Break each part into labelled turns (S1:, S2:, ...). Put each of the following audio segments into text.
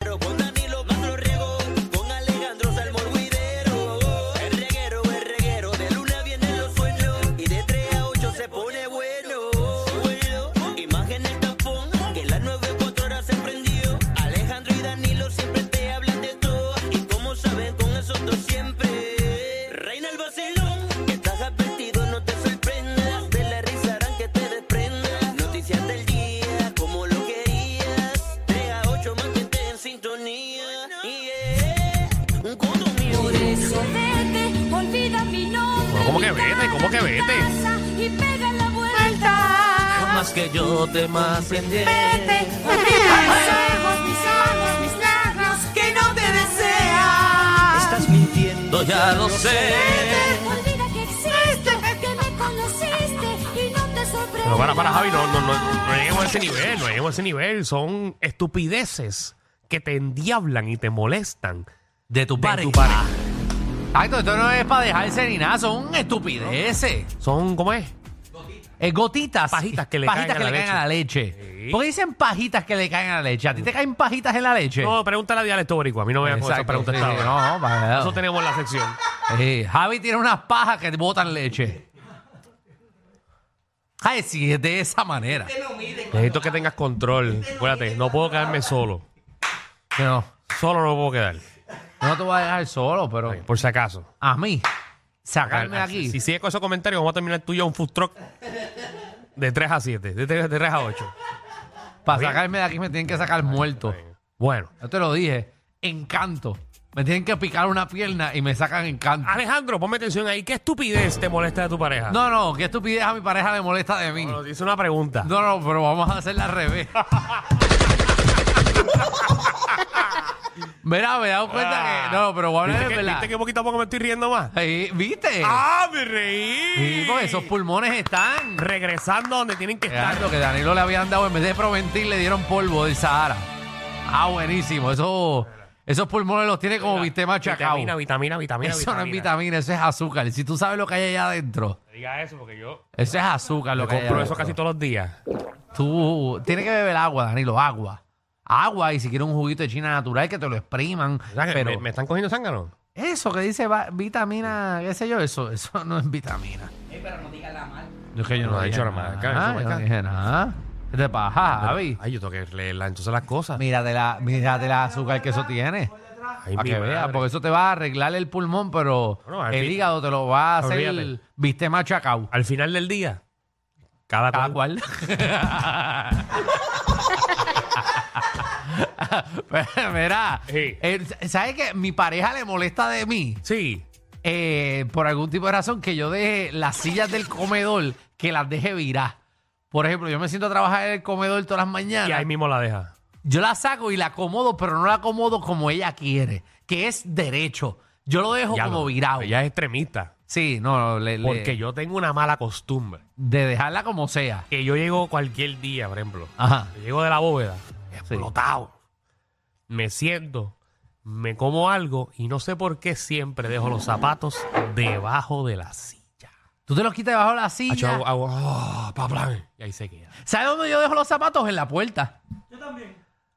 S1: Pero con Danilo Castro Riego, con Alejandro Salmón Huidero. El reguero, el reguero, de luna vienen los sueños. Y de 3 a 8 se pone bueno. Bueno, imagen el tapón, que las 9 4 horas se prendió. Alejandro y Danilo siempre te hablan de todo. Y como saben, con esos dos siempre. Reina el vacilón, que estás advertido, no te sorprendas. De la risa harán que te desprendas. Noticias del día, como lo querías. 3 a 8 mantente en sintonía. Y es un condominio.
S2: Por eso vete, olvida mi nombre.
S3: No, ¿cómo que vete? ¿Cómo que vete?
S2: Y pega la vuelta.
S1: Más que yo te más prendí.
S2: Vete, olvida mis ojos, mis ojos, mis labios que no te desean.
S1: Estás mintiendo, ya lo sé.
S2: Vete, olvida que existe, que me conociste y no te sorprendas.
S3: No, para, para, Javi, no, no, no, no lleguemos a ese nivel, no lleguemos a ese nivel. Son estupideces que te endiablan y te molestan
S4: De tu
S3: de
S4: pareja.
S3: tu pareja.
S4: Exacto, esto no es para dejarse ni nada, son estupideces.
S3: Son, ¿cómo es?
S4: Eh, gotitas.
S3: Pajitas que le
S4: Pajitas
S3: caen a
S4: que
S3: la
S4: le caen a la leche.
S3: Sí.
S4: ¿Por qué dicen pajitas que le caen a la leche? ¿A ti te caen pajitas en la leche?
S3: No, pregúntale a dialecto boricua. A mí no me con esas
S4: Exacto,
S3: preguntas
S4: sí,
S3: esta
S4: sí,
S3: hora.
S4: No, no, para
S3: Eso tenemos en la sección.
S4: Eh, Javi tiene unas pajas que botan leche. Ay, si es de esa manera.
S3: Necesito que tengas control. Acuérdate, no puedo quedarme solo.
S4: Que No,
S3: Solo no me puedo quedar.
S4: no te voy a dejar solo, pero
S3: Por si acaso.
S4: a mí, sacarme de aquí.
S3: Si sigues con esos comentarios, vamos a terminar tú y yo un food truck de 3 a 7, de 3, a 8.
S4: Para sacarme de aquí me tienen que sacar muerto.
S3: Bueno.
S4: Yo te lo dije. Encanto. Me tienen que picar una pierna y me sacan encanto.
S3: Alejandro, ponme atención ahí. ¿Qué estupidez te molesta de tu pareja?
S4: No, no, qué estupidez a mi pareja le molesta de mí.
S3: Bueno, te hice una pregunta.
S4: No, no, pero vamos a hacerla al revés. Mira, me he dado cuenta que. No, no, pero voy a hablar
S3: Ah. ¿Viste
S4: de
S3: que,
S4: verdad.
S3: viste que poquito a poco me estoy riendo más?
S4: Ahí, ¿Viste?
S3: ¡Ah, me reí!
S4: Sí, porque esos pulmones están.
S3: Regresando a donde tienen que
S4: Era
S3: estar.
S4: Lo que Danilo le habían dado en vez de proventil, le dieron polvo del Sahara. Ah, buenísimo. Eso, esos pulmones los tiene como viste machacado.
S3: Vitamina, vitamina, vitamina,
S4: Eso
S3: vitamina.
S4: no es vitamina, eso es azúcar. Y si tú sabes lo que hay allá adentro,
S3: No Diga eso porque yo
S4: eso es azúcar lo
S3: lo
S4: que hay
S3: compro
S4: allá
S3: eso casi
S4: adentro.
S3: todos los días.
S4: Tú tienes que beber agua, Danilo, agua. Agua y si quieres un juguito de china natural que te lo expriman.
S3: O sea, que
S4: pero
S3: me, me están cogiendo zángano?
S4: eso que dice va- vitamina, qué sé yo, eso, eso no es vitamina. pero no digas la marca. Es que yo no,
S3: No ha
S4: dije
S3: dicho la
S4: nada.
S3: marca, eso,
S4: yo
S3: marca.
S4: no dije nada. ¿Qué te pasa, Javi?
S3: Ay, yo tengo que leerla entonces las cosas.
S4: Mírate la, mírate la azúcar que eso tiene.
S3: Ay,
S4: Para
S3: mi
S4: que
S3: madre.
S4: veas, porque eso te va a arreglar el pulmón, pero
S3: No, no, al
S4: el
S3: fin-
S4: hígado te lo va a hacer
S3: Olvídate.
S4: viste machacao.
S3: Al final del día, cada,
S4: Cada
S3: cual.
S4: cual. Pero, Mira,
S3: Sí.
S4: eh, ¿sabes qué? Mi pareja le molesta de mí
S3: Sí.
S4: eh, por algún tipo de razón que yo deje las sillas del comedor, que las deje virar. Por ejemplo, yo me siento a trabajar en el comedor todas las mañanas.
S3: Y ahí mismo la deja.
S4: Yo la saco y la acomodo, pero no la acomodo como ella quiere, que es derecho. Yo lo dejo
S3: Ya
S4: como
S3: no.
S4: virado.
S3: Ella es extremista.
S4: Sí, no, no, le- le-
S3: Porque yo tengo una mala costumbre.
S4: de dejarla como sea.
S3: Que yo llego cualquier día, por ejemplo.
S4: Ajá.
S3: Yo llego de la bóveda, explotado. Me siento, me como algo y no sé por qué siempre dejo los zapatos debajo de la silla.
S4: Tú te los quitas debajo de la
S3: Hacho,
S4: silla.
S3: hago- hago, "Ah, pa, plan", y ahí se queda.
S4: ¿Sabes dónde yo dejo los zapatos? En la puerta. Yo también.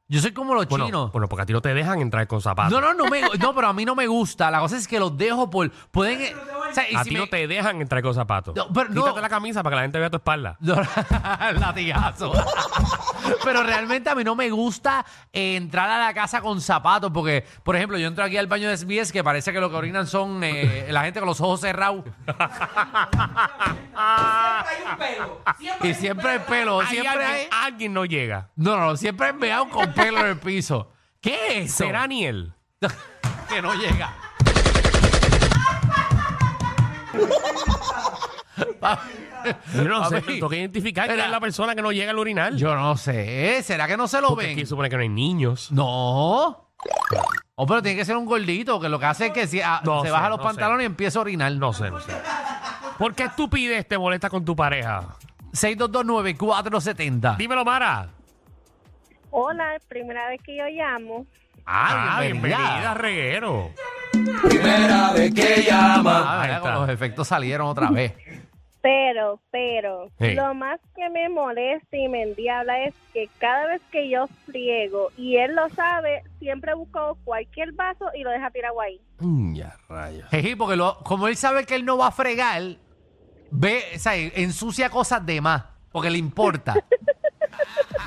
S4: Yo soy como los
S3: Bueno,
S4: chinos.
S3: bueno, porque a ti no te dejan entrar con zapatos.
S4: No, no, no, me, no, pero a mí no me gusta. La cosa es que los dejo por. Pueden. o sea, y
S3: a
S4: si
S3: ti
S4: me-
S3: no te dejan entrar con zapatos.
S4: No, pero no.
S3: Quítate la camisa para que la gente vea tu espalda.
S4: No, latigazo. Pero realmente a mí no me gusta eh, entrar a la casa con zapatos porque, por ejemplo, yo entro aquí al baño de SBS que parece que lo que orinan son eh, la gente con los ojos cerrados. y siempre hay pelo.
S3: Ahí
S4: Siempre hay...
S3: alguien, alguien no llega.
S4: No, no, no, siempre hay meado con pelo en el piso. ¿Qué es eso?
S3: Será ni él.
S4: que no llega.
S3: Yo no sé,
S4: Papi,
S3: tengo que identificar quién
S4: era-
S3: es la persona que no llega al urinal.
S4: Yo no sé. ¿Será que no se lo
S3: Porque
S4: ven?
S3: aquí supone que no hay niños.
S4: No. Oh, pero tiene que ser un gordito, que lo que hace es que si, ah,
S3: No
S4: se
S3: sé,
S4: baja los
S3: no sé.
S4: pantalones y empieza a orinar.
S3: No sé, no sé. ¿Por qué estupidez te molesta con tu pareja?
S4: 6229470.
S3: Dímelo, Mara.
S5: Hola, es primera vez que yo llamo.
S3: Ah,
S4: bienvenida.
S3: bienvenida, reguero.
S4: Ah,
S3: ahí
S4: ¿verdad?
S3: está.
S4: Con Ah, los efectos salieron otra vez.
S5: Pero, pero,
S3: Sí.
S5: lo más que me molesta y me endiabla es que cada vez que yo friego, y él lo sabe, siempre busco cualquier vaso y lo deja tirado ahí.
S3: Mm, Ya, rayos.
S4: Její, porque lo- como él sabe que él no va a fregar, ve, o sea, ensucia cosas de más, porque le importa.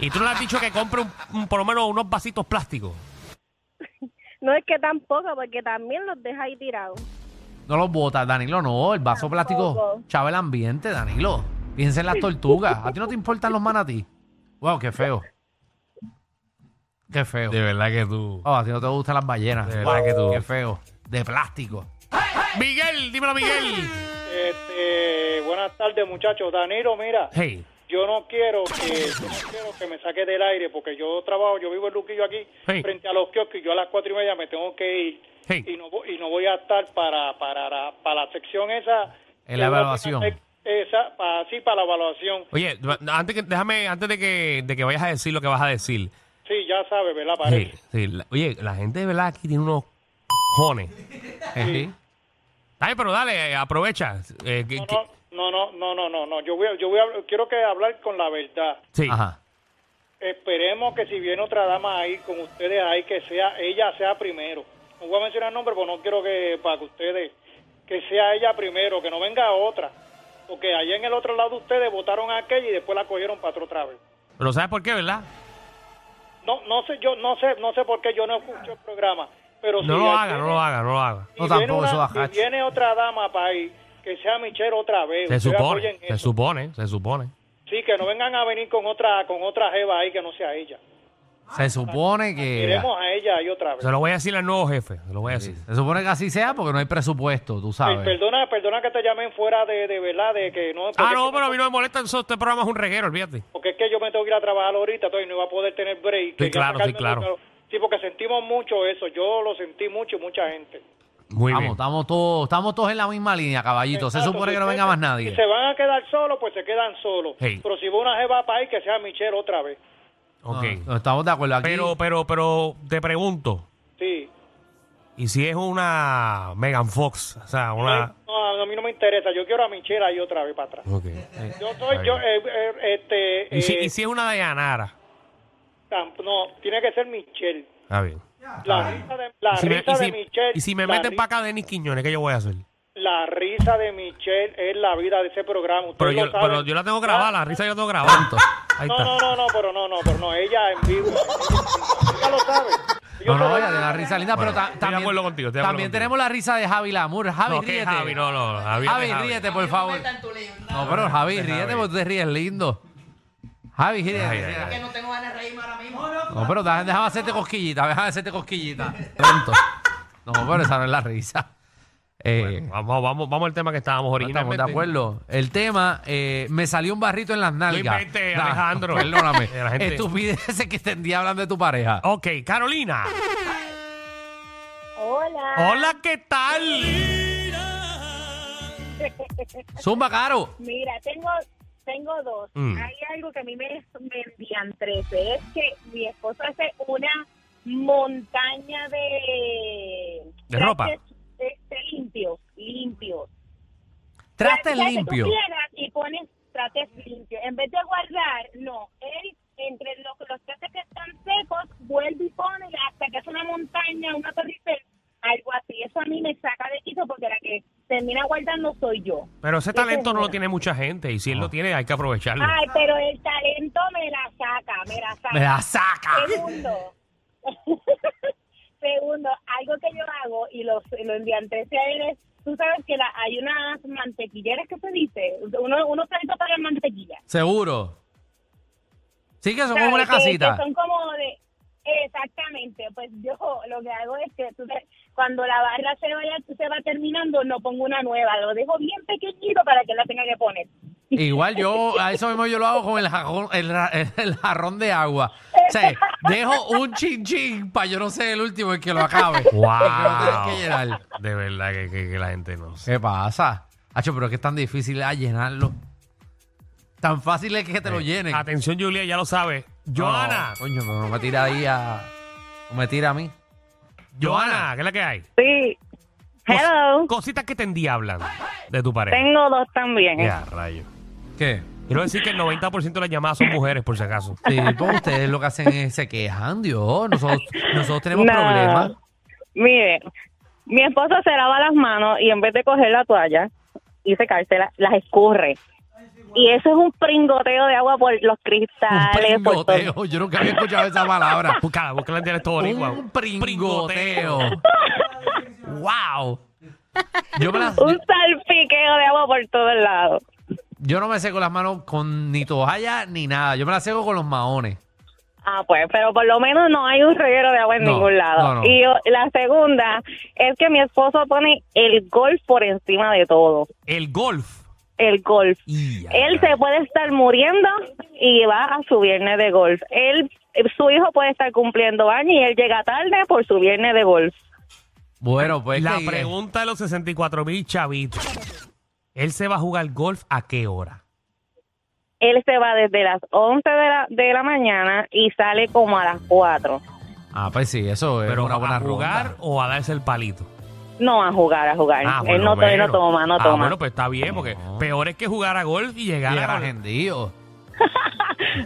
S3: Y tú no le has dicho que compre un- un- por lo menos unos vasitos plásticos.
S5: No es que tampoco, porque también los deja ahí tirados.
S4: No los botas, Danilo, no. El vaso plástico
S5: Tampoco.
S4: chava el ambiente, Danilo. Piensa en las tortugas. ¿A ti no te importan los manatí? Wow, qué feo. Qué feo.
S3: verdad que tú.
S4: Oh, a ti no te gustan las ballenas.
S3: De verdad que tú.
S4: Qué feo. De plástico.
S3: Miguel, dímelo, Miguel.
S6: Este, buenas tardes, muchachos. Danilo, mira,
S3: Hey,
S6: yo no quiero que yo no quiero que me saque del aire porque yo trabajo, yo vivo en Luquillo aquí,
S3: Sí.
S6: frente a los kioscos, y yo a las cuatro y media me tengo que ir
S3: Sí.
S6: y no vo- y no voy a estar para para la, para la sección esa.
S4: En la
S6: que
S4: evaluación.
S6: voy a hacer Esa, para, sí, para la evaluación.
S3: oye, antes que déjame, antes de que, de que vayas a decir lo que vas a decir.
S6: Sí, ya sabes, ¿verdad?
S3: Hey,
S6: Parece.
S3: sí, la- oye, la gente de verdad aquí tiene unos cojones.
S4: Její.
S3: Ay, pero dale, eh, aprovecha. Eh, que-
S6: No,
S3: que-
S6: no, no, no, no, no, no. Yo voy, a- yo voy a, quiero que hablar con la verdad.
S3: sí.
S4: Ajá.
S6: Esperemos que si viene otra dama ahí con ustedes ahí, que sea ella sea primero. No voy a mencionar nombre porque no quiero que para que ustedes, que sea ella primero, que no venga otra. Porque allá en el otro lado ustedes votaron a aquella y después la cogieron para otro otra vez.
S3: Pero ¿sabes por qué, verdad?
S6: No, no sé, yo no sé, no sé por qué yo no escucho el programa. Pero si
S3: No lo
S6: ya
S3: haga, no
S6: viene-
S3: lo haga, no lo haga.
S6: si
S4: No,
S6: viene
S4: tampoco,
S6: una-
S4: eso da hacha.
S6: Si viene otra dama para ahí, que sea Michelle otra vez.
S3: Se
S6: Ustedes apoyen
S3: supone, se
S6: eso.
S3: supone, se supone.
S6: Sí, que no vengan a venir con otra, con otra jeva ahí que no sea ella.
S4: Se supone que.
S6: Queremos a ella ahí otra vez.
S3: Se lo voy a decir al nuevo jefe, se lo voy a decir.
S4: Se supone que así sea porque no hay presupuesto, tú
S6: Ay,
S4: sabes.
S6: perdona, perdona que te llamen fuera de, de verdad, de que no.
S3: Ah,
S6: porque-
S3: no, pero a mí no me molesta, eso, este programa es un reguero, olvídate.
S6: Porque es que yo me tengo que ir a trabajar ahorita, entonces no iba a poder tener break. Quería
S3: claro, estoy
S6: sacarme
S3: claro.
S6: de- Sí, porque sentimos mucho eso. Yo lo sentí mucho y mucha gente.
S3: Muy
S4: Vamos,
S3: bien.
S4: estamos todos, estamos todos en la misma línea, caballito. Se
S6: Exacto,
S4: supone que
S6: si
S4: no venga
S6: ustedes-
S4: más nadie.
S6: Si se van a quedar solos, pues se quedan solos.
S3: Hey.
S6: Pero si va una jeva para ahí, que sea Michelle otra vez.
S4: No,
S3: Ok.
S4: no, estamos de acuerdo aquí.
S3: Ah, Pero, pero, pero, te pregunto,
S6: Sí.
S3: ¿y si es una Megan Fox? O sea, una...
S6: No, a mí no me interesa. Yo quiero a Michelle ahí otra vez para atrás.
S3: Ok. Eh,
S6: Yo soy, yo, eh, eh, este.
S3: ¿Y, si,
S6: eh,
S3: y si es una Dayanara?
S6: tam- No, tiene que ser Michelle.
S3: Está bien.
S6: La risa de, la
S3: Ah. ¿Y si me,
S6: risa
S3: y
S6: de
S3: si-
S6: Michelle.
S3: y si me
S6: la
S3: meten
S6: risa-
S3: para acá Denis Quiñones, ¿qué yo voy a hacer?
S6: La risa de Michelle es la vida de ese programa.
S3: Pero
S6: Ustedes
S3: yo,
S6: lo saben.
S3: pero yo la tengo grabada, la risa yo la tengo grabada. Ahí
S6: No,
S3: está.
S6: no, no, no, pero no, no, pero no, ella en vivo. Ella lo sabe.
S4: No, no,
S6: Yo solo-
S4: vaya, de la risa linda,
S3: Bueno,
S4: pero ta-
S3: estoy de
S4: también,
S3: acuerdo contigo, estoy de acuerdo
S4: también
S3: contigo.
S4: tenemos la risa de Javi Lamour. Javi,
S3: No, que
S4: ríete.
S3: Javi, no, no, Javi,
S4: Javi,
S3: Javi.
S4: ríete, por favor. No, pero Javi,
S3: Javi.
S4: ríete porque tú te ríes lindo. Javi, ríete.
S3: Ay, ay, ay.
S4: ríete. No, pero da- déjame hacerte cosquillita, déjame hacerte cosquillita. No, pero esa no es la risa. Eh,
S3: Bueno, vamos, vamos, vamos al tema que estábamos
S4: Estamos
S3: originalmente.
S4: de acuerdo. El tema, eh, me salió un barrito en las nalgas.
S3: inventes, Alejandro.
S4: Perdóname.
S3: La gente-
S4: Estupideces que te hablando de tu pareja.
S3: Ok, Carolina.
S5: Hola.
S3: Hola, ¿qué tal?
S4: Zumba, caro.
S5: Mira, tengo tengo dos.
S3: Mm.
S5: Hay algo que a mí me, me endiantrece, es que mi esposo hace una montaña de...
S3: ¿De ropa?
S5: trastes, Este, limpios, limpios.
S4: Traste
S5: Trastes que
S4: limpio.
S5: tú quieras y pones trates limpios. En vez de guardar, no. Él, entre los, los trastes que están secos, vuelve y pone hasta que es una montaña, una torrice, algo así. Eso a mí me saca de quiso porque la que termina guardando soy yo.
S3: Pero ese
S5: Esa es
S3: talento no lo
S5: una.
S3: tiene mucha gente y si
S4: Ah.
S3: él lo tiene hay que aprovecharlo.
S5: Ay, pero el talento me la saca, me la saca.
S4: Me la saca.
S5: Segundo, segundo, algo que yo hago y los, los enviantrece a él es, tú sabes que la- hay unas mantequilleras que se dice, uno, unos planitos para la mantequilla.
S4: Seguro. Sí que son
S5: ¿sabes?
S4: como una
S5: Que- que
S4: casita.
S5: son como de,
S7: Exactamente, pues yo lo que hago es que tú te- cuando la barra se vaya, se va terminando, no pongo una nueva, lo dejo bien pequeñito para que la tenga que poner.
S4: Igual yo, a eso mismo yo lo hago con el jarrón, el, ra- el jarrón de agua. O sea, dejo un chin chin para yo no ser el último el que lo acabe.
S3: ¡Wow!
S4: que llenar.
S3: De verdad que, que- que la gente no sé.
S4: ¿Qué pasa? Hacho, pero es que es tan difícil ah, llenarlo. Tan fácil es que te lo
S3: Eh,
S4: llenen. Oh.
S3: Atención, Julia, ya lo sabes. Joana,
S4: No, coño, pero no me tira ahí a. No me tira a mí.
S3: Joana, ¿qué es la que hay?
S5: Sí. Hello.
S3: Cositas que te endiablan de tu pareja.
S5: Tengo dos también.
S3: Ya, rayo.
S4: ¿Qué?
S3: Quiero decir que el 90% de las llamadas son mujeres, por si acaso.
S4: Sí, pues ustedes lo que hacen es se quejan, Dios. Nosotros, nosotros tenemos
S5: No.
S4: problemas.
S5: Mire, mi esposa se lava las manos y en vez de coger la toalla y secársela, las escurre. Y eso es un pringoteo de agua por los
S4: Un
S5: cristales. por todo.
S4: pringoteo. Yo nunca había escuchado esa palabra.
S3: Búscala, búscala en todo boricua.
S4: Un pringoteo. wow. Yo, me las-
S5: Un salpiqueo de agua por todos lados.
S4: yo no me seco las manos con ni toalla ni nada. Yo me las seco con los maones.
S5: Ah, pues, pero por lo menos no hay un reguero de agua en
S4: No,
S5: ningún lado.
S4: no, no.
S5: Y yo- la segunda es que mi esposo pone el golf por encima de todo.
S3: El golf.
S5: El golf.
S3: Y-
S5: Él se puede estar muriendo y va a su viernes de golf. Él, su hijo puede estar cumpliendo años y él llega tarde por su viernes de golf.
S4: Bueno, pues
S3: La
S4: que-
S3: pregunta de los 64 mil chavitos. ¿Él se va a jugar golf a qué hora?
S5: Él se va desde las 11 de la, de la mañana y sale como a las 4.
S4: Ah, pues sí, eso es
S3: ¿Pero
S4: una buena
S3: a jugar
S4: ronda.
S3: o a darse el palito?
S5: No a jugar, a jugar.
S3: Ah,
S5: él
S3: bueno,
S5: no, to- él no
S3: bueno.
S5: toma, no
S3: Ah,
S5: toma.
S3: bueno, pues está bien, porque
S4: No.
S3: peor es que jugar a golf y llegar
S4: Llega
S3: a...
S4: agendío.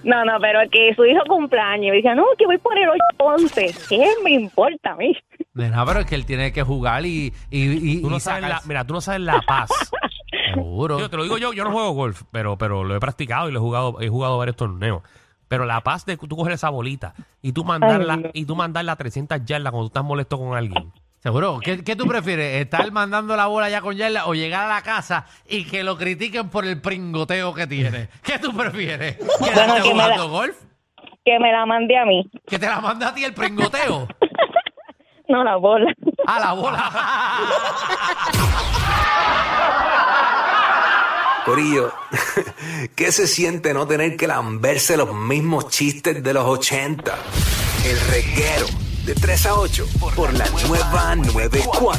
S5: No, no, pero que su hijo cumpleaños y dice, no, que voy por el 11. ¿Qué me importa a mí?
S4: Nena, pero es que él tiene que jugar y, y, y,
S3: Tú no
S4: y
S3: sabes la,
S4: sacar-
S3: mira, tú no sabes la paz.
S4: Seguro.
S3: Yo te lo digo yo, yo no juego golf, pero, pero lo he practicado y lo he jugado, he jugado varios torneos. Pero la paz de tú coger esa bolita y tú mandarla,
S5: Ay, no.
S3: y tú mandarla a 300 yardas cuando tú estás molesto con alguien.
S4: Seguro. ¿Qué, qué tú prefieres? ¿Estar mandando la bola ya con Yarla o llegar a la casa y que lo critiquen por el pringoteo que tiene? ¿Qué tú prefieres? ¿Que
S5: Bueno,
S4: esté
S5: que me la-
S4: jugando golf?
S5: Que me la mande a mí.
S4: ¿Que te la manda a ti el pringoteo?
S5: No la bola.
S4: A la bola.
S8: Corillo, ¿qué se siente no tener que lamberse los mismos chistes de los 80? El reguero de 3 a 8 por la nueva 94.